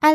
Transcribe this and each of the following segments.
艾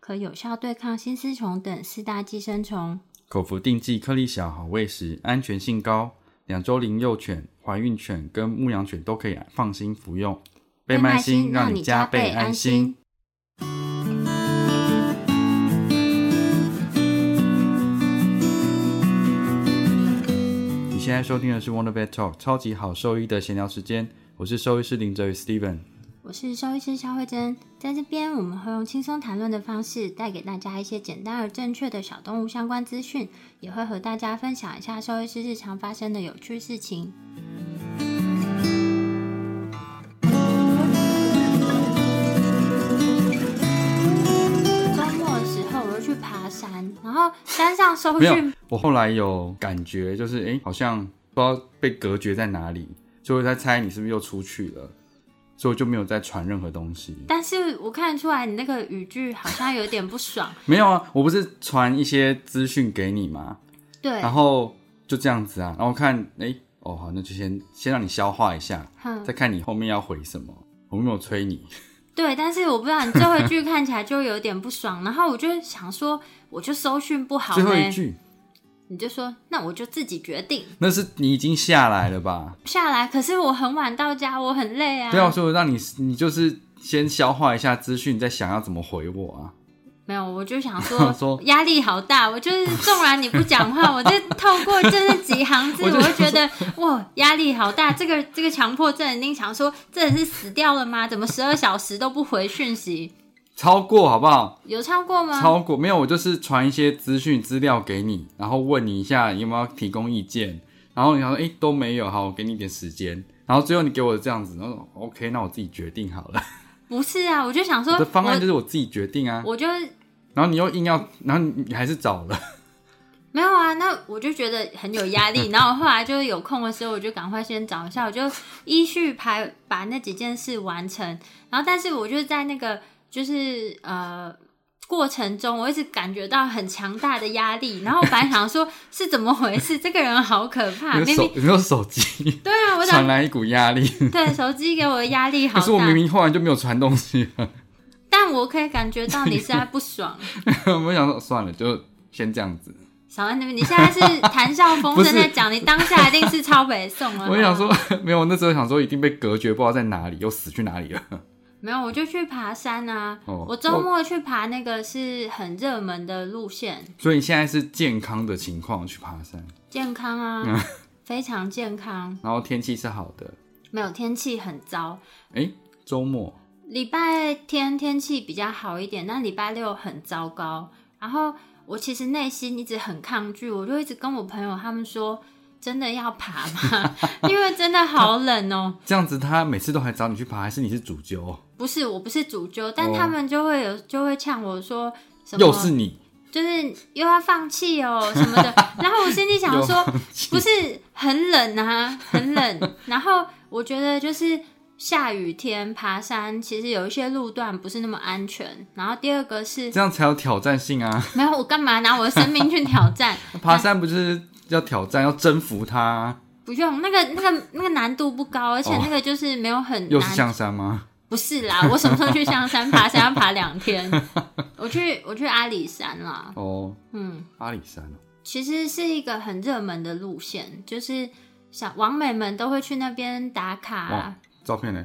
可有效对抗新丝虫等四大寄生虫。口服定剂颗粒小，好喂食，安全性高。两周龄幼犬、怀孕犬跟牧羊犬都可以放心服用。贝麦新让你加倍安心。。你现在收听的是 Wonder Vet Talk 超级好兽医的闲聊时间，我是兽医师林哲宇 Steven。我是兽医师肖慧珍，在这边我们会用轻松谈论的方式，带给大家一些简单而正确的小动物相关资讯，也会和大家分享一下兽医师日常发生的有趣事情。周末的时候，我就去爬山，然后山上收 没有讯，我后来有感觉，就是哎、诶好像不知道被隔绝在哪里，所以我在猜你是不是又出去了，所以我就没有再传任何东西。但是我看得出来你那个语句好像有点不爽。没有啊，我不是传一些资讯给你吗？对，然后就这样子啊，然后看哎、诶哦好，那就先先让你消化一下，嗯再看你后面要回什么。我没有催你，对，但是我不知道你最后一句看起来就有点不爽，然后我就想说，我就搜讯不好最后呗一，句你就说那我就自己决定那是你已经下来了吧？下来。可是我很晚到家，我很累啊。对啊，所以我让你你就是先消化一下资讯，再想要怎么回我啊。没有，我就 想说说压力好大。我就是纵然你不讲话，我就透过这是几行字， 我我就就觉得哇压力好大。这个这个强迫症一定想说，这人是死掉了吗？怎么十二小时都不回讯息？超过好不好？有超过吗？超过没有，我就是传一些资讯资料给你，然后问你一下有没有提供意见，然后你想说，哎、都没有，好，我给你一点时间，然后最后你给我这样子，然后 OK，那我自己决定好了，不是啊，我就想我说的方案我就是我自己决定啊，我就然后你又硬要，然后你你还是找了，没有啊，那我就觉得很有压 力。然后后来就是有空的时候，我就赶快先找一下，我就依序排把那几件事完成。然后，但是我就在那个就是呃过程中，我一直感觉到很强大的压力。然后我本来想说是怎么回事，这个人好可怕，你的明手明你的手机对啊，我传想来一股压力，对手机给我的压力好可大，是我明明后来就没有传东西了，但我可以感觉到你是在不爽。我想说算了，就先这样子，小安那边，你现在是谈笑风 不是生在讲，你当下一定是超北宋了。 我想说没有，我那时候想说一定被隔绝，不知道在哪里，又死去哪里了，没有，我就去爬山啊。哦我周末去爬那个是很热门的路线，所以现在是健康的情况去爬山。健康啊，嗯非常健康。然后天气是好的。没有天气很糟，哎，周末礼拜天天气比较好一点，那礼拜六很糟糕。然后我其实内心一直很抗拒，我就一直跟我朋友他们说，真的要爬吗？ 因为真的好冷哦、这样子，他每次都还找你去爬，还是你是主揪？不是，我不是主揪，但哦他们就会有就会呛我说什么，又是你，就是又要放弃哦什么 的。然后我心里想说，不是很冷啊，很冷。然后我觉得就是下雨天爬山，其实有一些路段不是那么安全。然后第二个是这样才有挑战性啊！没有，我干嘛拿我的生命去挑 战？爬山不就是要挑战，要征服它啊？不用，那个那个那个难度不高，而且那个就是没有很哦又是难。象山吗？不是啦，我什么时候去香山爬山？要爬两天。我去我去阿里山啦，哦，嗯。阿里山哦，其实是一个很热门的路线，就是小网美们都会去那边打卡、啊哇照片呢？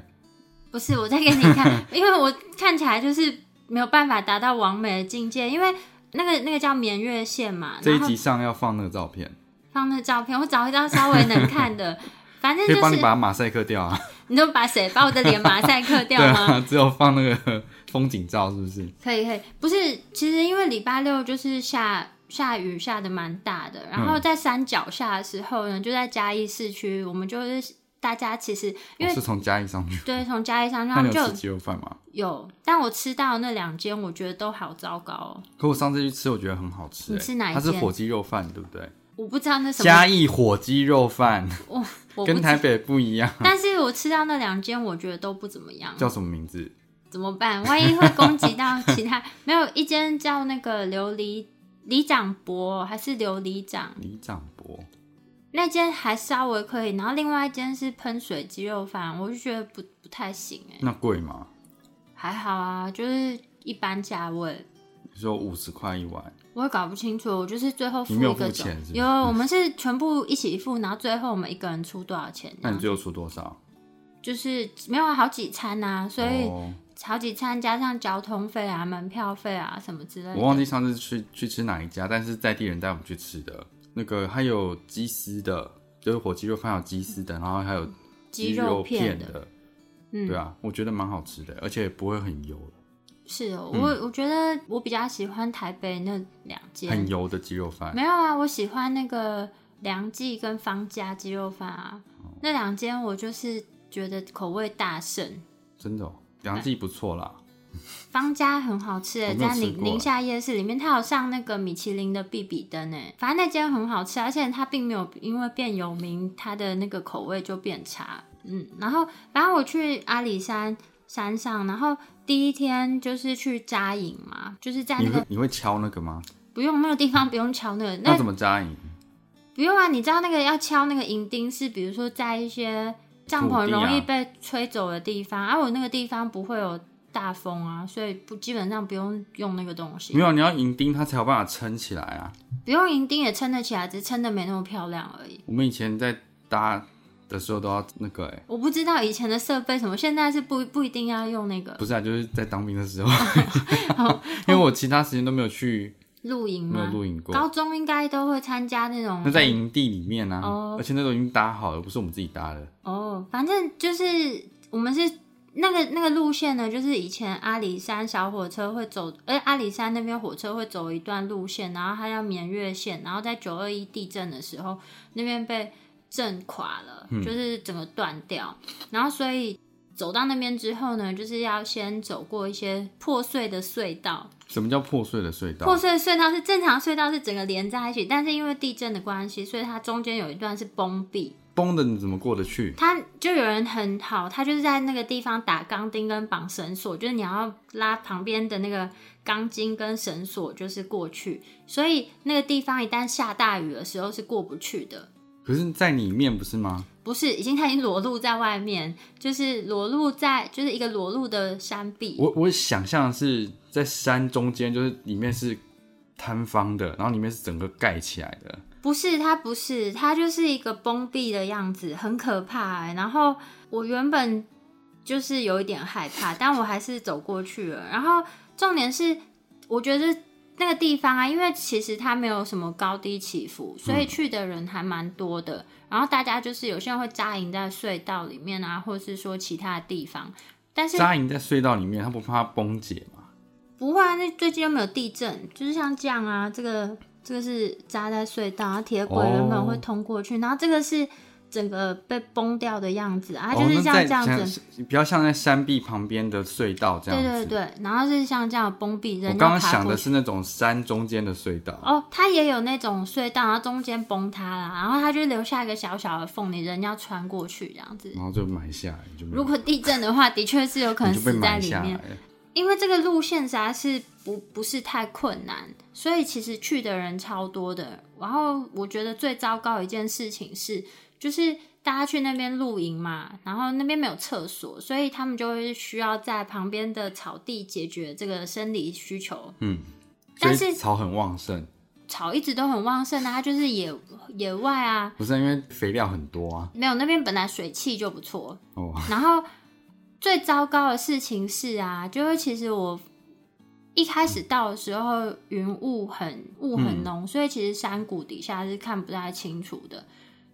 不是，我再给你看， 因为我看起来就是没有办法达到网美的境界，因为那个那个叫绵月线嘛。这然一后集上要放那个照片，放那照片，我找一张稍微能看 的，反正可以就帮是你把马赛克掉啊？你都把谁把我的脸马赛克掉 对吗？啊，只有放那个风景照，是不是？可以可以，不是，其实因为礼拜六就是下下雨嗯下的蛮大的，然后在山脚下的时候呢，就在嘉义市区，我们就是。大家其实因我为是从嘉义上去，对从嘉义上，那啊然你后有就吃鸡肉饭吗？有，但我吃到那两间，我觉得都好糟糕哦。可我上次去吃，我觉得很好吃、欸。你吃哪一它是间火鸡肉饭，对不对？我不知道那什么，嘉义火鸡肉饭我我不跟台知，北不一样，但是我吃到那两间，我觉得都不怎么样。叫什么名字？怎么办？万一会攻击到其他？ 没有一间叫那个琉璃里长伯还是琉璃长李长博。那间还稍微可以，然后另外一间是喷水鸡肉饭，我就觉得不不太行哎、那贵吗？还好啊，就是一般价位。你说五十块一碗，我也搞不清楚，我就是最后付你没有一个付总钱是不是嗯有我们是全部一起付，然后最后我们一个人出多少钱这那样？你最后出多少？就是没有好几餐呐、啊，所以哦、好几餐加上交通费啊、门票费啊什么之类的。我忘记上次去去吃哪一家，但是在地人带我们去吃的，那个它有鸡丝的，就是火鸡肉饭有鸡丝的，然后还有嗯鸡肉肉片的，的，嗯对啊，我觉得蛮好吃的，而且不会很油，是哦，嗯我我觉得我比较喜欢台北那两间很，油的鸡肉饭。没有啊，我喜欢那个梁记跟方家鸡肉饭啊，哦那两间我就是觉得口味大胜。真的、哦，凉记不错啦。方家很好吃诶、我没有在吃宁过宁夏夜市里面，它有上那个米其林的必比登诶、反正那间很好吃，而且它并没有因为变有名，它的那个口味就变差。嗯，然后反正我去阿里山山上，然后第一天就是去扎营嘛，就是在你那个会你会敲那个吗？不用那个地方不用敲那个，那那怎么扎营？不用啊，你知道那个要敲那个银钉是，比如说在一些帐土篷地啊容易被吹走的地方，而、啊我那个地方不会有大风啊，所以不基本上不用用那个东西没，有，你要银钉它才有办法撑起来啊。不用银钉也撑得起来，只是撑的没那么漂亮而已。我们以前在搭的时候都要那个、欸，我不知道以前的设备什么，现在是不不一定要用那个不是啊，就是在当兵的时候，哦 因为我其他时间都没有去，露营没有吗？露营过。高中应该都会参加那种那在营地里面呢、啊，哦而且那都已经搭好了，不是我们自己搭的。哦，反正就是我们是那个那个路线呢，就是以前阿里山小火车会走，呃，阿里山那边火车会走一段路线，然后它叫绵月线，然后在九二一地震的时候，那边被震垮了，就是整个断掉，然后所以。走到那边之后呢，就是要先走过一些破碎的隧道，什么叫破碎的隧道破？碎隧道是正常隧道是整个连在一起，但是因为地震的关系，所以它中间有一段是封闭，崩的你怎么过得去？他就有人很好，他就是在那个地方打钢钉跟绑绳索，就是你要拉旁边的那个钢筋跟绳索，就是过去。所以那个地方一旦下大雨的时候是过不去的，可是，在里面不是吗？不是已经它已经裸露在外面，就是裸露在就是一个裸露的山壁。我我想象的是在山中间，就是里面是摊方的，然后里面是整个盖起来的。不是，它不是，它就是一个封闭的样子，很可怕、欸。然后我原本就是有一点害怕，但我还是走过去了。然后重点是，我觉得那个地方啊，因为其实它没有什么高低起伏，所以去的人还蛮多的。然后大家就是有些人会扎营在隧道里面啊，或是说其他的地方，但是扎营在隧道里面，它不怕崩解吗？不会啊，那最近又没有地震，就是像这样啊，这个这个是扎在隧道，然后铁轨哦原本会通过去，然后这个是整个被崩掉的样子啊，它哦就，是那像在这样子，像比较像在山壁旁边的隧道这样对子。对对，然后是像这样崩壁，人我就刚刚爬想过的去是那种山中间的隧道。哦，它也有那种隧道，然后中间崩塌了，然后它就留下一个小小的缝，你人要穿过去这样子。然后就埋下来，你就没有如果地震的话，的确是有可能哦你就被死在埋里下来面。了。因为这个路线实在是不不是太困难，所以其实去的人超多的。然后我觉得最糟糕的一件事情是，就是大家去那边露营嘛，然后那边没有厕所，所以他们就会需要在旁边的草地解决这个生理需求。嗯，所但以是草很旺盛，草一直都很旺盛啊，它就是野野外啊，不是因为肥料很多啊。没有那边本来水汽就不错，哦，然后最糟糕的事情是啊，就是其实我一开始到的时候，云雾很雾很浓，嗯所以其实山谷底下是看不太清楚的。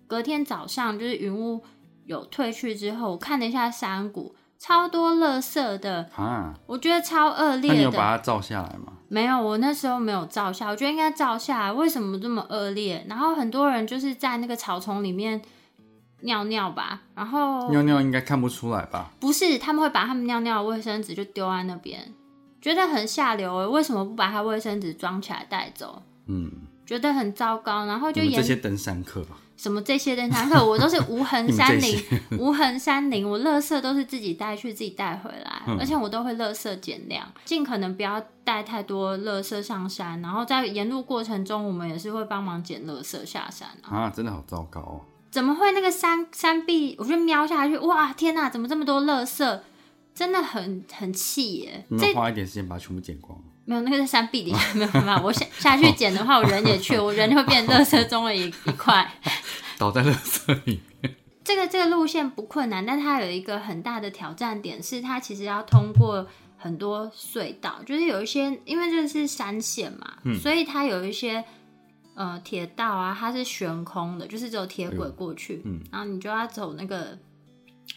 隔天早上就是云雾有退去之后，我看了一下山谷，超多垃圾的，啊，我觉得超恶那你劣有把的。它照下来吗？没有，我那时候没有照下，我觉得应该照下来。为什么这么恶劣？然后很多人就是在那个草丛里面尿尿吧，然后尿尿应该看不出来吧？不是他们会把他们尿尿的卫生纸就丢在那边，觉得很下流欸为什么不把他卫生纸装起来带走？嗯，觉得很糟糕，然后就你们这沿些登山客吧，什么这些登 山客，我都是无痕你们山这林些， 无痕山林，我垃圾都是自己带去，自己带回来，嗯而且我都会垃圾减量，尽可能不要带太多垃圾上山。然后在沿路过程中，我们也是会帮忙捡垃圾下山啊。啊，真的好糟糕哦。怎么会那个山山壁，我就瞄下去，哇，天哪，怎么这么多垃圾？真的很很气耶！你这们花一点时间把它全部剪光。没有那个在山壁底下没有办法，我下下去捡的话，我人也去，我人会变垃圾中的一 一块。倒在垃圾里。这个这个路线不困难，但它有一个很大的挑战点是，它其实要通过很多隧道，就是有一些因为这是山线嘛，嗯所以它有一些呃铁道啊，它是悬空的，就是只有铁轨过去，嗯然后你就要走那个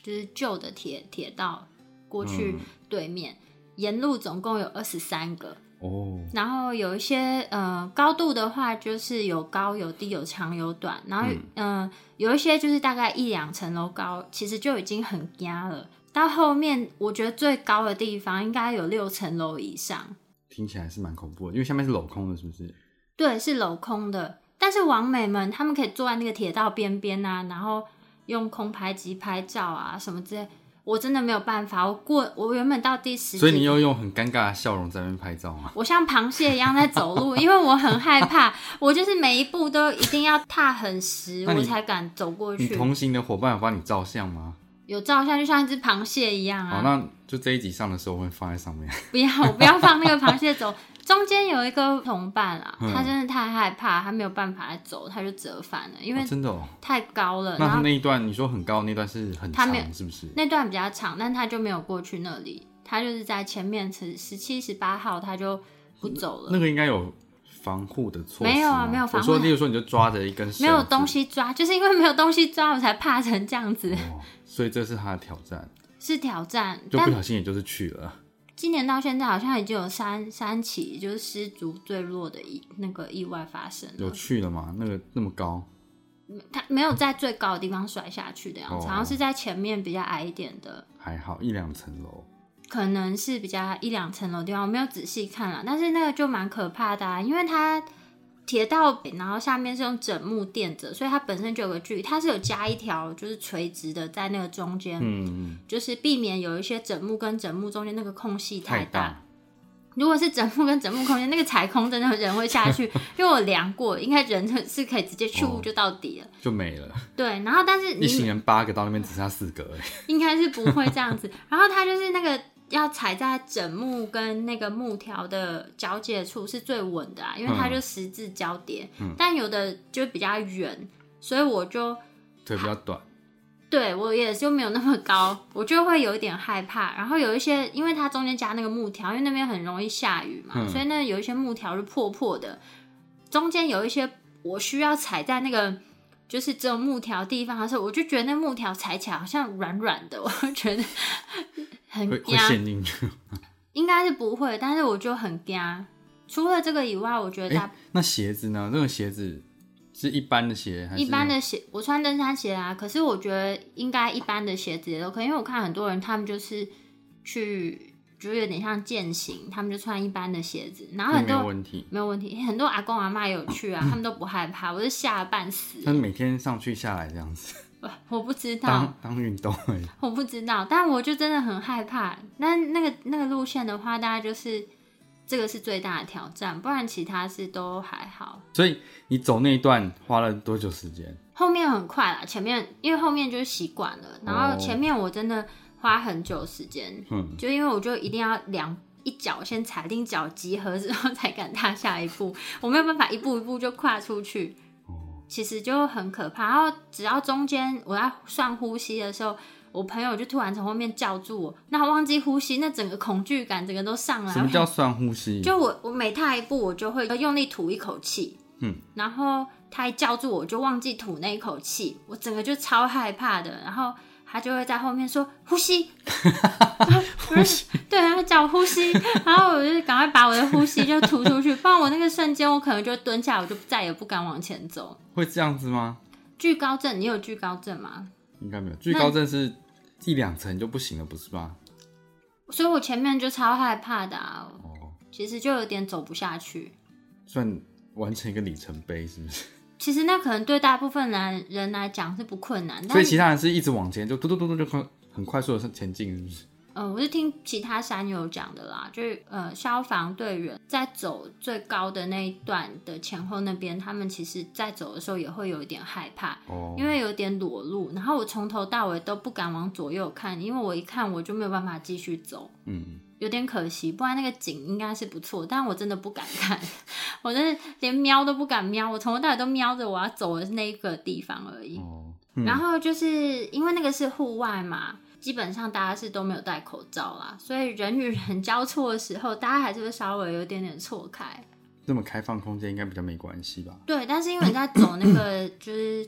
就是旧的铁铁道过去嗯对面，沿路总共有二十三个，哦，然后有一些呃高度的话，就是有高有低有长有短，然后嗯、呃有一些就是大概一两层楼高，其实就已经很压了。到后面我觉得最高的地方应该有六层楼以上，听起来是蛮恐怖的，因为下面是镂空的，是不是？对，是镂空的。但是王美们他们可以坐在那个铁道边边啊，然后用空拍机拍照啊什么之类。我真的没有办法，我过我原本到第十，所以你又用很尴尬的笑容在那边拍照吗？我像螃蟹一样在走路，因为我很害怕，我就是每一步都一定要踏很实，那你我才敢走过你去。同行的伙伴有帮你照相吗？有照相就像一只螃蟹一样好，啊！哦那就这一集上的时候我会放在上面。不要，我不要放那个螃蟹走。中间有一个同伴啊，嗯他真的太害怕，他没有办法走，他就折返了，因为哦真的哦，太高了。呃那然他后那一段你说很高那段是很他没有长，是不是？那段比较长，但他就没有过去那里，他就是在前面十十七、十八号，他就不走了。那个应该有防护的措施吗，没有啊没有防护我说，例如说你就抓着一根绳子没有东，西抓，就是因为没有东西抓，我才怕成这样子，哦所以这是他的挑战，是挑战。就但不小心也就是去了。今年到现在好像已经有三三起，就是失足坠落的意那个意外发生有了。去了吗？那个那么高，他没有在最高的地方摔下去的样子，哦好像是在前面比较矮一点的，还好一两层楼。可能是比较一两层楼的地方，我没有仔细看了。但是那个就蛮可怕的、啊，因为它铁道北，然后下面是用枕木垫着，所以它本身就有个距离，它是有加一条就是垂直的在那个中间，嗯，就是避免有一些枕木跟枕木中间那个空隙太大大，如果是枕木跟枕木空间，那个踩空真的人会下 去，因为我量过，应该人是可以直接去哦就到底了。就没了。对，然后但是一行你人八个到那边只剩下四个而已。应该是不会这样子。然后它就是那个要踩在枕木跟那个木条的交界处是最稳的啊，因为它嗯就十字交叠。但有的就比较远，所以我就腿比较短，对我也就没有那么高，我就会有一点害怕。然后有一些，因为它中间加那个木条，因为那边很容易下雨嘛，嗯所以那有一些木条是破破的，中间有一些我需要踩在那个就是只有木条地方的时候，我就觉得那木条踩起来好像软软的，我就觉得很会会压，陷进去。 应该是不会，但是我就很压。除了这个以外，我觉得大、哎，那鞋子呢？那个鞋子是一般的鞋还是一般？的鞋，我穿登山鞋啊，可是我觉得应该一般的鞋子也都可以，因为我看很多人他们就是去，就是有点像践行，他们就穿一般的鞋子，然后那很没有多问题。没有问题，很多阿公阿妈也有去 啊，他们都不害怕，我是吓得半死，但是每天上去下来这样子，我不知道，嗯当当运动而已。我不知道，但我就真的很害怕。那那个那个路线的话，大概就是这个是最大的挑战，不然其他是都还好。所以你走那一段花了多久时间？后面很快啦，前面因为后面就是习惯了，然后哦前面我真的花很久时间，嗯，就因为我就一定要两一脚先踩定脚集合之后才敢踏下一步，我没有办法一步一步就跨出去，哦其实就很可怕。然后只要中间我在算呼吸的时候，我朋友就突然从后面叫住我，那我忘记呼吸，那整个恐惧感整个都上来，什么叫算呼吸？就我我每踏一步，我就会用力吐一口气，嗯，然后他一叫住我，我就忘记吐那一口气，我整个就超害怕的，然后。他就会在后面说呼 吸，呼吸，对，他叫我呼吸，然后我就赶快把我的呼吸就吐出去，不然我那个瞬间我可能就会蹲下，我就再也不敢往前走。会这样子吗？惧高症，你有惧高症吗？应该没有。惧高症是一两层就不行了，不是吧？所以我前面就超害怕的、啊，哦，其实就有点走不下去。算完成一个里程碑，是不是？其实那可能对大部分男人来讲是不困难，所但以其他人是一直往前，就嘟嘟嘟嘟就快很快速的前进，是不是？呃，我是听其他山友讲的啦，就是呃，消防队员在走最高的那一段的前后那边，他们其实在走的时候也会有一点害怕，哦，因为有点裸露。然后我从头到尾都不敢往左右看，因为我一看我就没有办法继续走，嗯，有点可惜。不然那个景应该是不错，但我真的不敢看， 我真的连瞄都不敢瞄，我从头到尾都瞄着我要走的那个地方而已。哦，然后就是因为那个是户外嘛，基本上大家是都没有戴口罩啦，所以人与人交错的时候，大家还是会稍微有一点点错开。这么开放空间应该比较没关系吧？对，但是因为你在走那个就是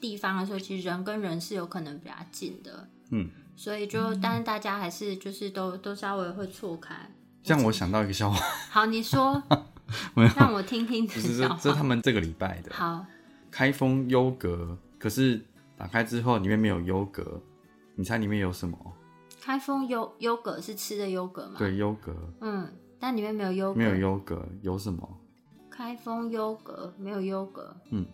地方的时候，其实人跟人是有可能比较近的，嗯，所以就但是大家还是就是都都稍微会错开。这样我想到一个笑话，好，你 说没有，让我听听你不的是这笑这是话。他们这个礼拜的好，开封优格，可是打开之后里面没有优格，你猜里面有什么？开封优优格是吃的优格吗？，对，优格嗯，但里面没有优格，没有优格，有什么？开封优格没有优格，嗯，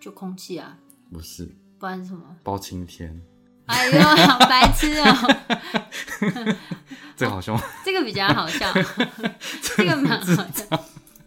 就空气啊，不是不然是什么？包青天，哎呦， 好白痴哦、 这个好凶，这个比较好笑，这个蛮好笑。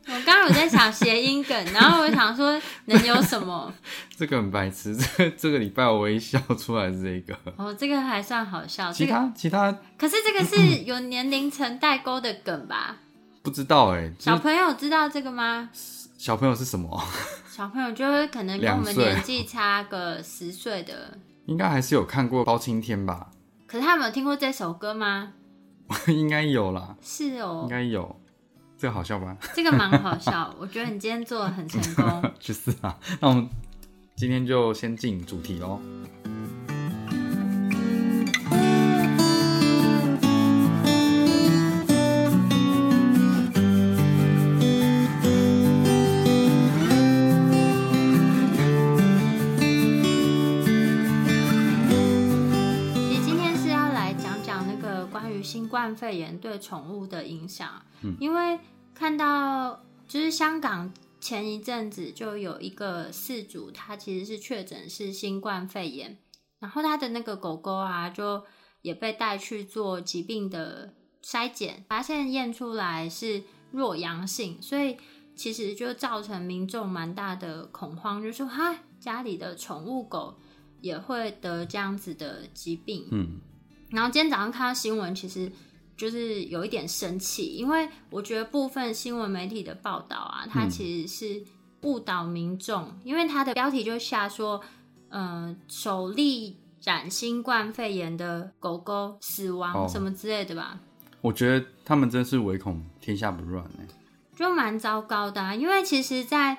我刚刚有在想谐音梗， 然后我想说能有什么？ 这个很白痴。这这个礼拜我唯一笑出来是这个，哦，这个还算好笑。这其个他其他可是这个 是有年龄层代沟的梗吧？不知道哎、就小是朋友知道这个吗？小朋友是什么？ 小朋友就会可能跟我们两岁年纪差个十岁的，应该还是有看过包青天吧？ 可是他们有听过这首歌吗？应该有啦，是哦应，该有。这个好笑吧？ 这个蛮好笑。我觉得你今天做的很成功。去死啊！那我们今天就先进主题喽。其实今天是要来讲讲那个关于新冠肺炎对宠物的影响，因为看到就是香港前一阵子就有一个饲主，他其实是确诊是新冠肺炎，然后他的那个狗狗啊，就也被带去做疾病的筛检，发现验出来是弱阳性，所以其实就造成民众蛮大的恐慌，就说哈，家里的宠物狗也会得这样子的疾病。嗯，然后今天早上看到新闻，其实就是有一点生气，因为我觉得部分新闻媒体的报道啊，它其实是误导民众，因为它的标题就下说，呃，首例染新冠肺炎的狗狗死亡哦什么之类的吧，我觉得他们真是唯恐天下不乱哎、就蛮糟糕的、啊。因为其实，在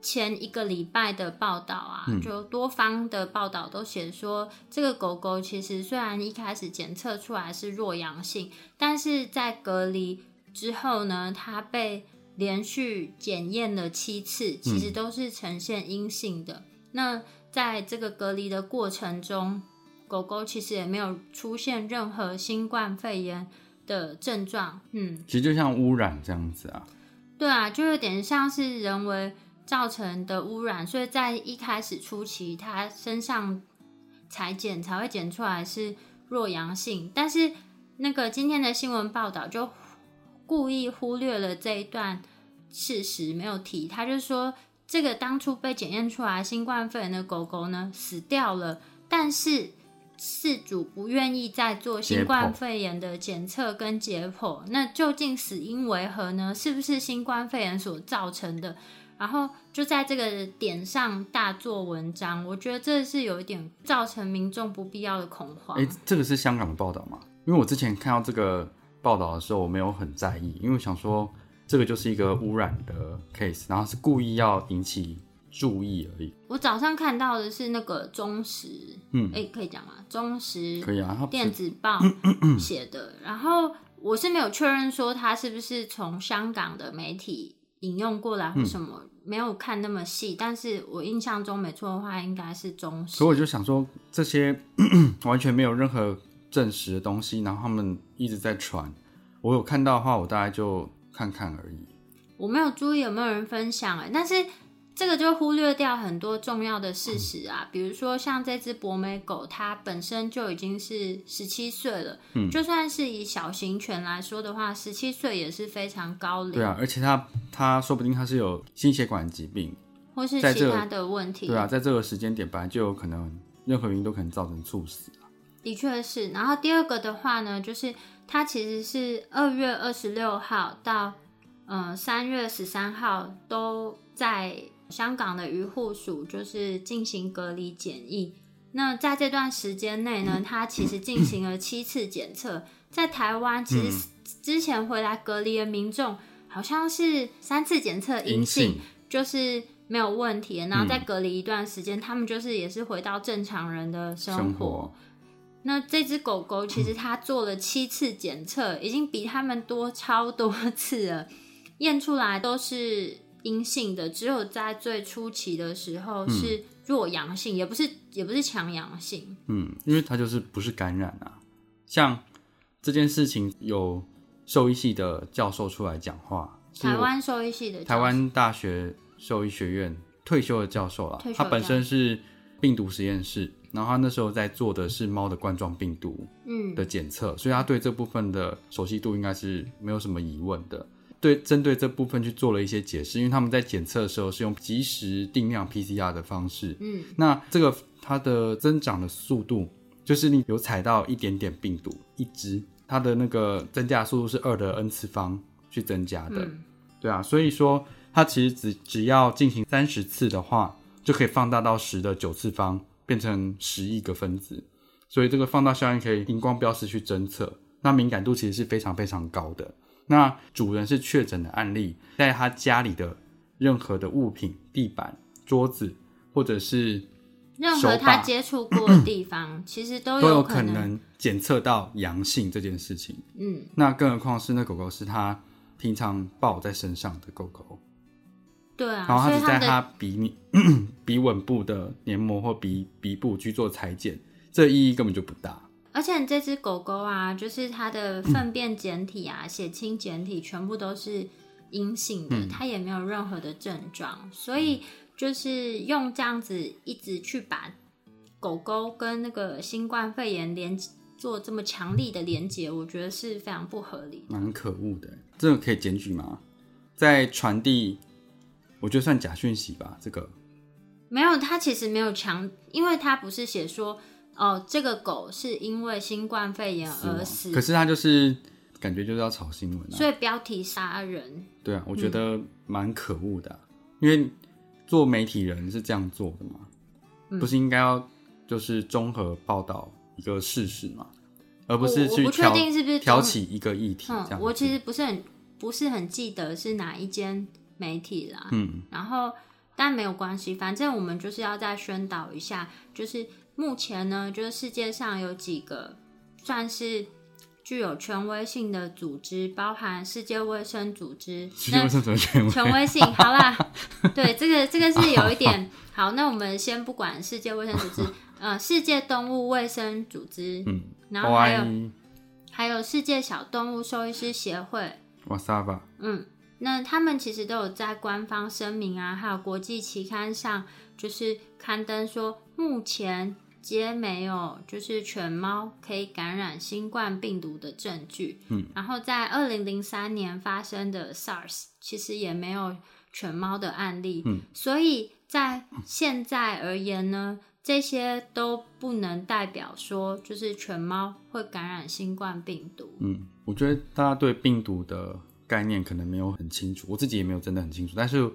前一个礼拜的报道啊，嗯就多方的报道都写说，这个狗狗其实虽然一开始检测出来是弱阳性，但是在隔离之后呢，它被连续检验了七次，其实都是呈现阴性的。那在这个隔离的过程中，狗狗其实也没有出现任何新冠肺炎的症状，嗯，其实就像污染这样子啊。对啊，就有点像是人为造成的污染，所以在一开始初期，它身上裁剪才会检出来是弱阳性，但是那个今天的新闻报道就故意忽略了这一段事实，没有提。他就说，这个当初被检验出来新冠肺炎的狗狗呢，死掉了，但是饲主不愿意再做新冠肺炎的检测跟解剖，那究竟死因为何呢？是不是新冠肺炎所造成的？然后就在这个点上大做文章，我觉得这是有一点造成民众不必要的恐慌。哎、这个是香港的报道吗？因为我之前看到这个报道的时候，我没有很在意，因为我想说这个就是一个污染的 case，然后是故意要引起注意而已。我早上看到的是那个中时，嗯哎、可以讲吗？中时可以啊，它不电是子 报写的，然后我是没有确认说他是不是从香港的媒体引用过来嗯或什么，没有看那么细，但是我印象中没错的话，应该是中式所以。我就想说，这些 完全没有任何证实的东西，然后他们一直在传，我有看到的话，我大概就看看而已。我没有注意有没有人分享哎、但是这个就忽略掉很多重要的事实啊，比如说像这只博美狗，它本身就已经是十七岁了，嗯就算是以小型犬来说的话，十七岁也是非常高龄，对啊，而且他他说不定他是有心血管疾病，或是在其这他的问题，对啊，在这个时间点本来就有可能任何原因都可能造成猝死。的确是。然后第二个的话呢，就是它其实是二月二十六号到呃三月十三号都在香港的渔护署就是进行隔离检疫。那在这段时间内呢，它其实进行了七次检测。在台湾，其实之前回来隔离的民众好像是三次检测阴性，就是没有问题。然后再隔离一段时间，他们就是也是回到正常人的生活，那这只狗狗其实它做了七次检测，已经比他们多超多次了，验出来都是阴性的，只有在最初期的时嗯候是弱阳性，也不是也不是强阳性。嗯，因为他就是不是感染啊。像这件事情有兽医系的教授出来讲话，是台湾兽医系的教授台湾大学兽医学院退休的教授啦退，休他的本身是病毒实验室，然后他那时候在做的是猫的冠状病毒嗯的检测，所以他对这部分的熟悉度应该是没有什么疑问的。对，针对这部分去做了一些解释，因为他们在检测的时候是用及时定量 PCR 的方式，嗯那这个它的增长的速度，就是你有采到一点点病毒一只，它的那个增加的速度是二的 n 次方去增加的，嗯对啊，所以说它其实只只要进行三十次的话，就可以放大到十的九次方，变成十亿个分子，所以这个放大效应可以荧光标识去侦测，那敏感度其实是非常非常高的。那主人是确诊的案例，在他家里的任何的物品、地板、桌子，或者是任手何它把接触过的地方，其实都都有可可能检测到阳性这件事情。嗯，那更何况是那狗狗是它平常抱在身上的狗狗，对啊，然所后它以他只在们的它鼻黏 鼻吻部的黏膜或鼻鼻部去做裁剪，这意义根本就不大。而且这只狗狗啊，就是它的粪便检体啊、血清检体全部都是阴性的，嗯它也没有任何的症状，所以就是用这样子一直去把狗狗跟那个新冠肺炎连做这么强力的连接，我觉得是非常不合理的。蛮可恶的。欸这个可以检举吗？在传递，我觉得算假讯息吧。这个没有，它其实没有强，因为它不是写说哦，这个狗是因为新冠肺炎死亡而死，嗯可是它就是感觉就是要炒新闻啊。所以嗯标题杀人。对啊，我觉得蛮可恶的啊、因为做媒体人是这样做的嘛，嗯不是应该要就是综合报道一个事实嘛，而不是我去我不确挑定是不是挑综起一个议题这样子。嗯，我其实不是很不是很记得是哪一间媒体啦。嗯，然后但没有关系，反正我们就是要再宣导一下，就是目前呢，就是世界上有几个算是具有权威性的组织，包含世界卫生组织。是那为什么权威？权威性，好啦，对，这个这个是有一点好。那我们先不管世界卫生组织，呃，世界动物卫生组织， 嗯， 然后还有 OIE 还有世界小动物兽医师协会， Wasaba 嗯，那他们其实都有在官方声明啊，还有国际期刊上，就是刊登说，目前皆没有就是犬猫可以感染新冠病毒的证据。嗯，然后在二零零三年发生的 SARS，其实也没有犬猫的案例。嗯，所以在现在而言呢。这些都不能代表说，就是犬猫会感染新冠病毒。嗯，我觉得大家对病毒的概念可能没有很清楚，我自己也没有真的很清楚。但是我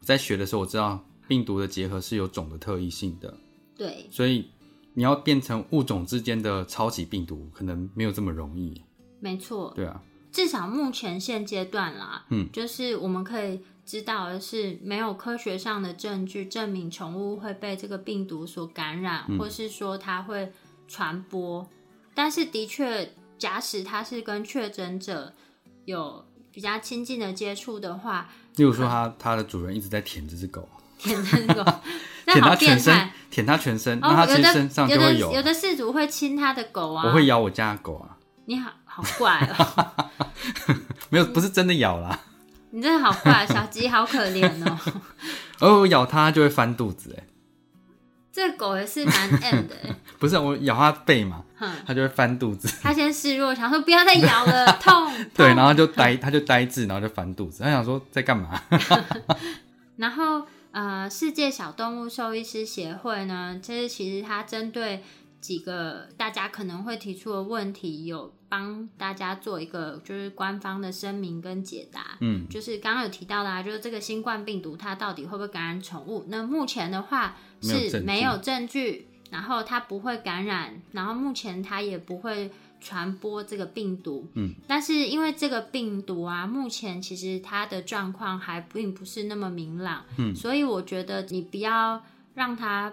在学的时候，我知道病毒的结合是有种的特异性的，对，所以你要变成物种之间的超级病毒，可能没有这么容易。没错。对啊，至少目前现阶段啦，嗯，就是我们可以知道的是，没有科学上的证据证明宠物会被这个病毒所感染，嗯或是说它会传播。但是的确，假使它是跟确诊者有比较亲近的接触的话，例如说它它的主人一直在舔这只狗，舔那个，那舔好它变全身态。，舔它全身，那哦它，其实身上有就的会啊有的有的事主会亲他的狗啊，我会咬我家的狗啊，你好好怪哦，没有，不是真的咬啦，嗯你真的好怪，小吉好可怜哦。 而我咬它它就会翻肚子、欸，这狗也是蛮 M 的欸，不是我咬它背嘛，哼，它就会翻肚子，他先示弱，想说不要再咬了，痛。对，痛然后就呆，它就呆滞，然后就翻肚子，它想说在干嘛？然后呃，世界小动物兽医师协会呢，这其实它针对几个大家可能会提出的问题，有帮大家做一个就是官方的声明跟解答。嗯，就是刚刚有提到的、啊，就是这个新冠病毒它到底会不会感染宠物？那目前的话没有是证据没有证据，然后它不会感染，然后目前它也不会传播这个病毒。嗯，但是因为这个病毒啊，目前其实它的状况还并不是那么明朗，嗯，所以我觉得你不要让它。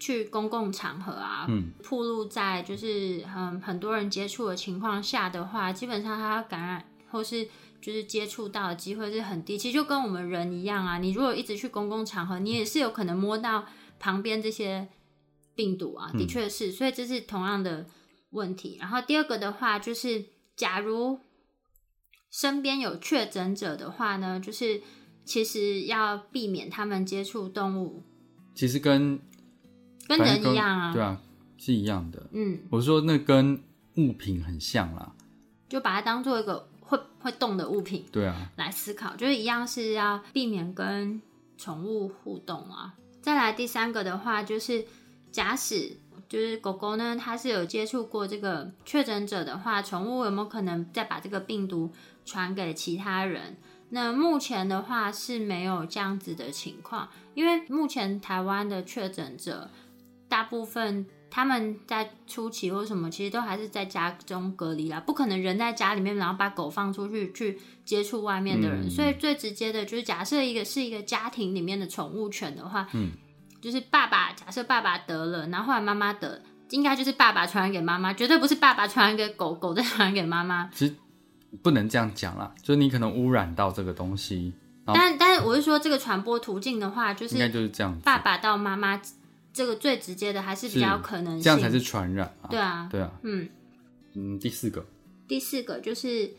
去公共场合啊，嗯，暴露在就是嗯很多人接触的情况下的话，基本上它感染或是就是接触到的机会是很低。其实就跟我们人一样啊，你如果一直去公共场合，你也是有可能摸到旁边这些病毒啊，嗯的确是，所以这是同样的问题。然后第二个的话，就是假如身边有确诊者的话呢，就是其实要避免他们接触动物，其实跟跟反人正一样啊，对啊，是一样的。嗯，我说那跟物品很像啦，就把它当做一个会会动的物品对啊，来思考，就是一样是要避免跟宠物互动啊。再来第三个的话，就是假使就是狗狗呢，它是有接触过这个确诊者的话，宠物有没有可能再把这个病毒传给其他人？那目前的话是没有这样子的情况，因为目前台湾的确诊者大部分他们在初期或什么，其实都还是在家中隔离啦，不可能人在家里面，然后把狗放出去去接触外面的人，嗯所以最直接的就是假设一个是一个家庭里面的宠物犬的话，嗯，就是爸爸假设爸爸得了，然后后来妈妈得。应该就是爸爸传染给妈妈，绝对不是爸爸传染给狗，狗再传染给妈妈。不能这样讲啦，就是你可能污染到这个东西，好但但是我是说，这个传播途径的话，就哦应该是就是这样子，爸爸到妈妈这个最直接的，还是比较有可能性。这样才是传染啊。对啊，对啊，嗯。嗯，第四个，第四个就是，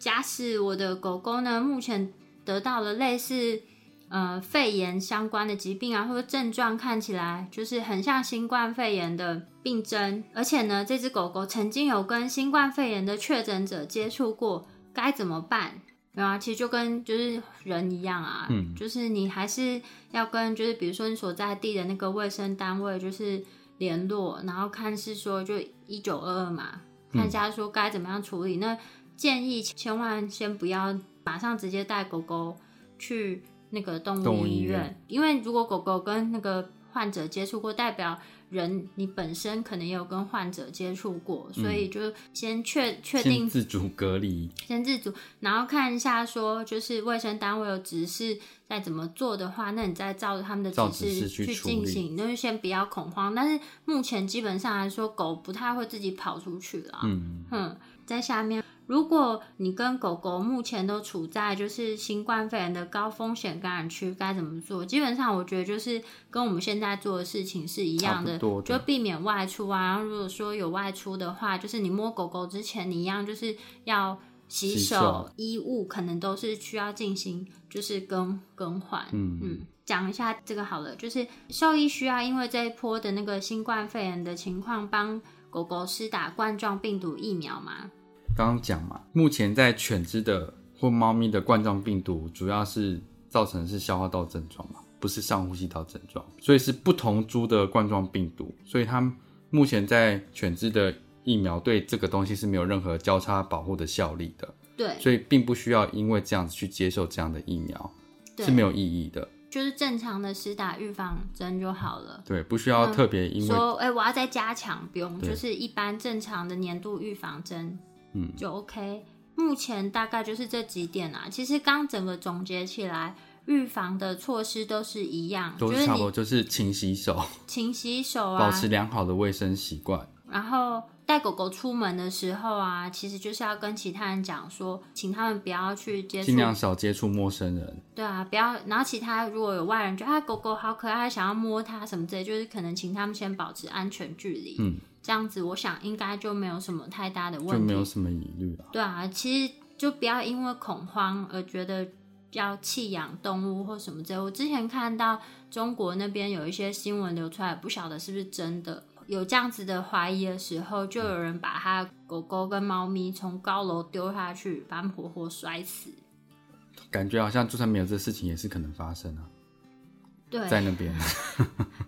假使我的狗狗呢，目前得到了类似呃肺炎相关的疾病啊，或者症状看起来就是很像新冠肺炎的病征，而且呢，这只狗狗曾经有跟新冠肺炎的确诊者接触过，该怎么办？没有啊，其实就跟就是人一样啊，嗯就是你还是要跟就是比如说你所在地的那个卫生单位就是联络，然后看是说就一九二二嘛，嗯看一下说该怎么样处理。那建议千万先不要马上直接带狗狗去那个动动物物医医院院，因为如果狗狗跟那个患者接触过，代表人你本身可能也有跟患者接触过，所以就先确确定嗯先自主隔离，先自主，然后看一下说，就是卫生单位有指示再怎么做的话，那你再照着他们的照指示指示去处理进行，那就先不要恐慌。但是目前基本上来说，狗不太会自己跑出去了。嗯，嗯，在下面，如果你跟狗狗目前都处在就是新冠肺炎的高风险感染区，该怎么做？基本上我觉得就是跟我们现在做的事情是一样的，差不多就的避免外出啊。然后如果说有外出的话，就是你摸狗狗之前，你一样就是要。洗洗手手、衣物可能都是需要进行，就是更更换。嗯嗯，讲一下这个好了，就是兽医需要因为这一波的那个新冠肺炎的情况，帮狗狗施打冠状病毒疫苗嘛？刚刚讲嘛，目前在犬只的或猫咪的冠状病毒，主要是造成的是消化道症状嘛，不是上呼吸道症状，所以是不同株的冠状病毒，所以它目前在犬只的疫苗对这个东西是没有任何交叉保护的效力的，对，所以并不需要因为这样子去接受这样的疫苗对是没有意义的，就是正常的施打预防针就好了。对，不需要特别因为、说，哎、我要再加强，不用，对就是一般正常的年度预防针，嗯，就 OK。目前大概就是这几点啊。其实刚整个总结起来，预防的措施都是一样，都就是是差不多，你就是勤洗手，勤洗手啊保，持良好的卫生习惯，然后带狗狗出门的时候啊，其实就是要跟其他人讲说，请他们不要去接触尽量少接触陌生人。对啊，不要。然后其他如果有外人觉得啊狗狗好可爱，想要摸它什么之类，就是可能请他们先保持安全距离。嗯，这样子我想应该就没有什么太大的就问没有题。什么疑虑了。对啊，其实就不要因为恐慌而觉得要弃养动物或什么之类。我之前看到中国那边有一些新闻流出来，不晓得是不是真的。有这样子的怀疑的时候，就有人把他的狗狗跟猫咪从高楼丢下去，把他们活活摔死。感觉好像就算没有这事情，也是可能发生啊，对，在那边。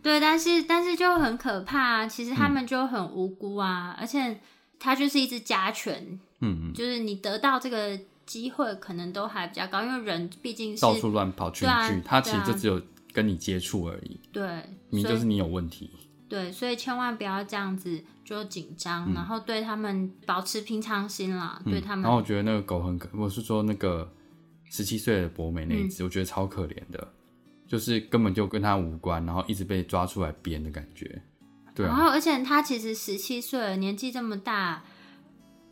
对，但是但是就很可怕啊！其实他嗯们就很无辜啊，而且它就是一只家犬，嗯嗯，就是你得到这个机会可能都还比较高，因为人毕竟是到处乱跑群对聚啊，它其实对啊就只有跟你接触而已，对，啊明明所就以是你有问题。对，所以千万不要这样子就紧张，然后对他们保持平常心啦，对他嗯然后我们觉得那个狗很可，我是说那个十七岁的博美那一嗯只，我觉得超可怜的，就是根本就跟它无关，然后一直被抓出来编的感觉。对然啊，后而且他其实十七岁了，年纪这么大，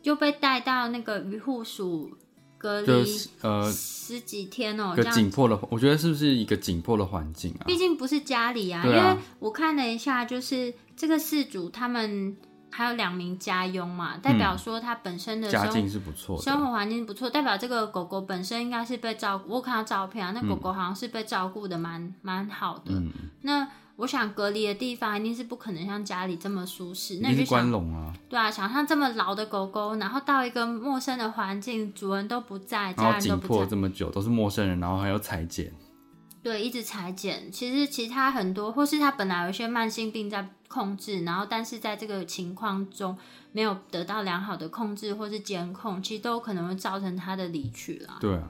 又被带到那个渔护署隔就离是呃十几天哦、一这个样紧迫的，我觉得是不是一个紧迫的环境啊？毕竟不是家里啊，因对啊为我看了一下，就是这个事主他们还有两名家佣嘛，代表说他本身的嗯家生境是不错生的，活环境不错，代表这个狗狗本身应该是被照顾。我看到照片啊，那狗狗好像是被照顾的蛮蛮好的。嗯，那我想隔离的地方一定是不可能像家里这么舒适，一那你定就是关想笼啊，对啊，想象这么老的狗狗，然后到一个陌生的环境，主人都不在，然家后人都紧不在迫，这么久，都是陌生人，然后还要裁剪，对，一直裁剪。其实其他很多，或是他本来有一些慢性病在控制，然后但是在这个情况中没有得到良好的控制或是监控，其实都有可能会造成他的离去啦。对啊，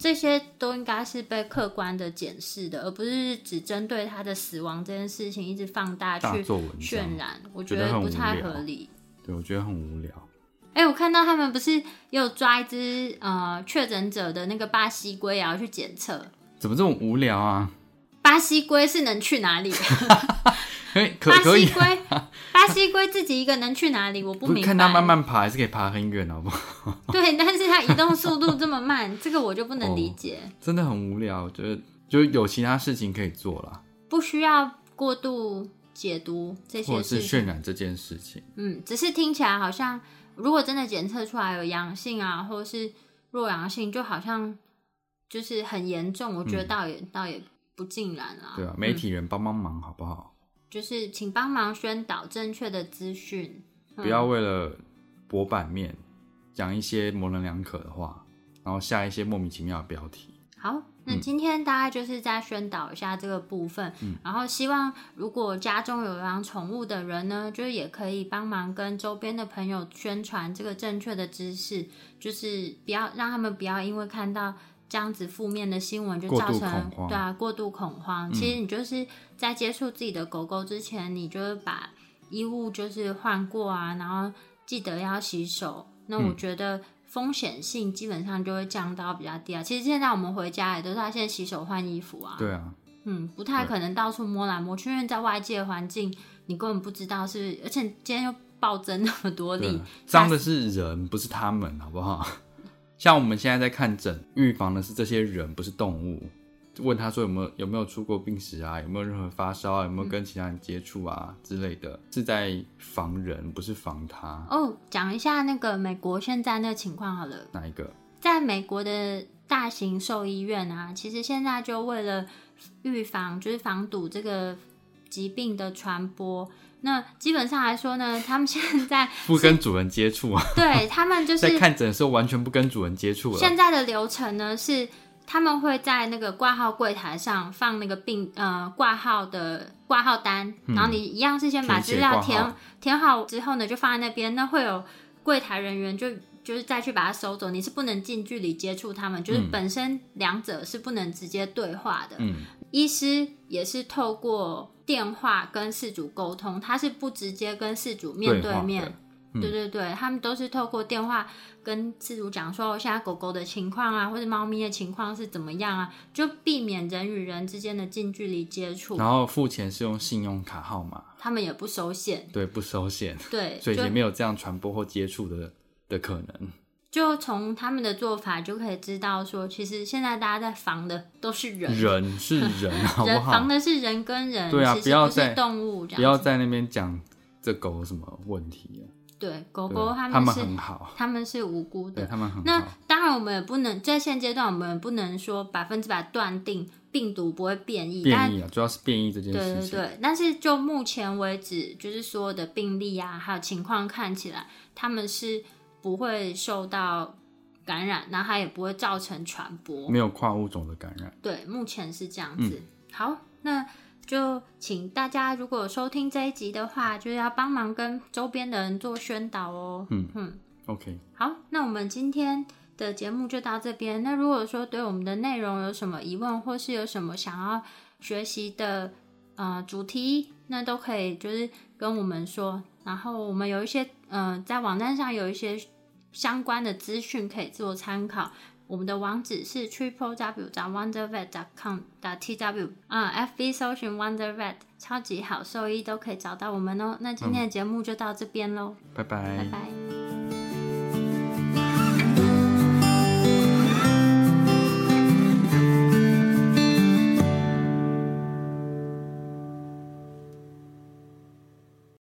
这些都应该是被客观的检视的，而不是只针对他的死亡这件事情一直放大大去做文章渲，染，我觉觉得得很不无太聊合理。对我觉得很无聊。哎、我看到他们不是又抓一只呃确诊者的那个巴西龟也要去检测，怎么这么无聊啊？巴西龟是能去哪里？可以哎可巴可以西，龟，巴西龟自己一个能去哪里？我不不明白。是看它慢慢爬，还是可以爬很远，好不 好？对，但是它移动速度这么慢，这个我就不能理解。真的很无聊，我觉得就有其他事情可以做啦，不需要过度解读这些或者是事渲情。染这件事情。嗯，只是听起来好像，如果真的检测出来有阳性啊，或是弱阳性，就好像就是很严重。我觉得倒也、倒也不尽然啦。嗯对啊，媒嗯体人帮帮忙好不好？就是请帮忙宣导正确的资讯。嗯不要为了博版面讲一些模棱两可的话，然后下一些莫名其妙的标题。好，嗯那今天大概就是在宣导一下这个部分，然后希望如果家中有养宠物的人呢，就是也可以帮忙跟周边的朋友宣传这个正确的知识，就是不要让他们不要因为看到这样子负面的新闻就过造度成恐慌对啊过度恐慌。其实你就是在接触自己的狗狗之前，你就是把衣物就是换过啊，然后记得要洗手。那嗯我觉得风险性基本上就会降到比较低啊。其实现在我们回家也都是要先洗手换衣服啊，对啊，嗯，不太可能到处摸来摸去，因为在外界环境你根本不知道是，而且今天又暴增那么多对例啊，，脏的是人，不是他们，好不好？ 像我们现在在看诊，预防的是这些人，不是动物。问他说有没有有没有出过病史啊，有没有任何发烧啊，有没有跟其他人接触啊、之类的，是在防人，不是防他。哦，讲一下那个美国现在那个情况好了。哪一个？在美国的大型兽医院啊，其实现在就为了预防，就是防堵这个疾病的传播。那基本上来说呢， 他们现 在不跟主人接触啊，对他们就在是看诊的时候完全不跟主人接触了。现在的流程呢是，他们会在那个挂号柜台上放那个病呃挂号的挂号单，然后你一样是先把资料嗯填写填挂号填好之后呢，就放在那边，那会有柜台人员就。就是再去把它收走，你是不能近距离接触他们，就是本身两者是不能直接对话的。嗯，医师也是透过电话跟事主沟通，他是不直接跟事主面对话嗯面的，对对对，他们都是透过电话跟饲主讲说，哦现在狗狗的情况啊，或者猫咪的情况是怎么样啊，就避免人与人之间的近距离接触。然后付钱是用信用卡号码，他们也不收线，对，不收现，对，所以就也没有这样传播或接触的的可能。就从他们的做法就可以知道说，其实现在大家在防的都是人，人是 人，好不人防好？的是人跟人，对啊其不实要不再是动物这样子。不要在那边讲这狗有什么问题了。对狗对啊狗，他们是很好，他们是无辜对的。他们很那好。当然，我们也不能在现阶段，我们也不能说百分之百断定病毒不会变异，但变异啊，主要是变异这件对事对情。对，但是就目前为止，就是所有的病例啊，还有情况看起来，他们是不会受到感染，然后它也不会造成传播。没有跨物种的感染。对，目前是这样子。好，那就请大家如果收听这一集的话，就是要帮忙跟周边的人做宣导哦。嗯嗯。 OK，好，那我们今天的节目就到这边。那如果说对我们的内容有什么疑问，或是有什么想要学习的呃主题，那都可以就是跟我们说。然后我们有一些呃在网站上有一些相关的资讯可以做参考。我们的网址是 triple w wondervet com t w 啊、f b 搜寻 wondervet 超级好兽医都可以找到我们哦。那今天的节目就到这边喽，拜拜拜拜